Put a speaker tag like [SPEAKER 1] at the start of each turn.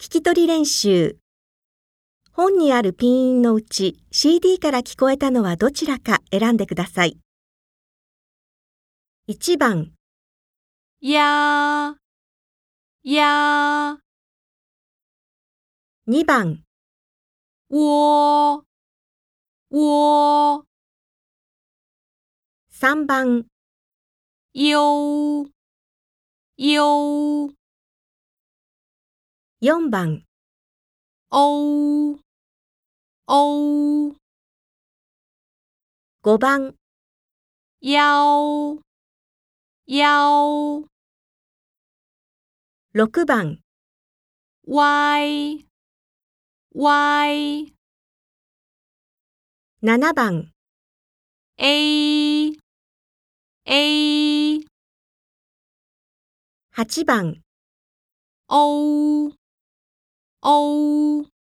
[SPEAKER 1] 聞き取り練習。本にあるピン音のうち CD から聞こえたのはどちらか選んでください。1番、
[SPEAKER 2] 呀呀
[SPEAKER 1] 2番、
[SPEAKER 2] 喔喔
[SPEAKER 1] 3番、
[SPEAKER 2] 悠悠
[SPEAKER 1] 4番、
[SPEAKER 2] 哦哦
[SPEAKER 1] 5番、
[SPEAKER 2] 幺幺
[SPEAKER 1] 6番、
[SPEAKER 2] 歪歪
[SPEAKER 1] 7番、
[SPEAKER 2] a a
[SPEAKER 1] 8番、
[SPEAKER 2] o o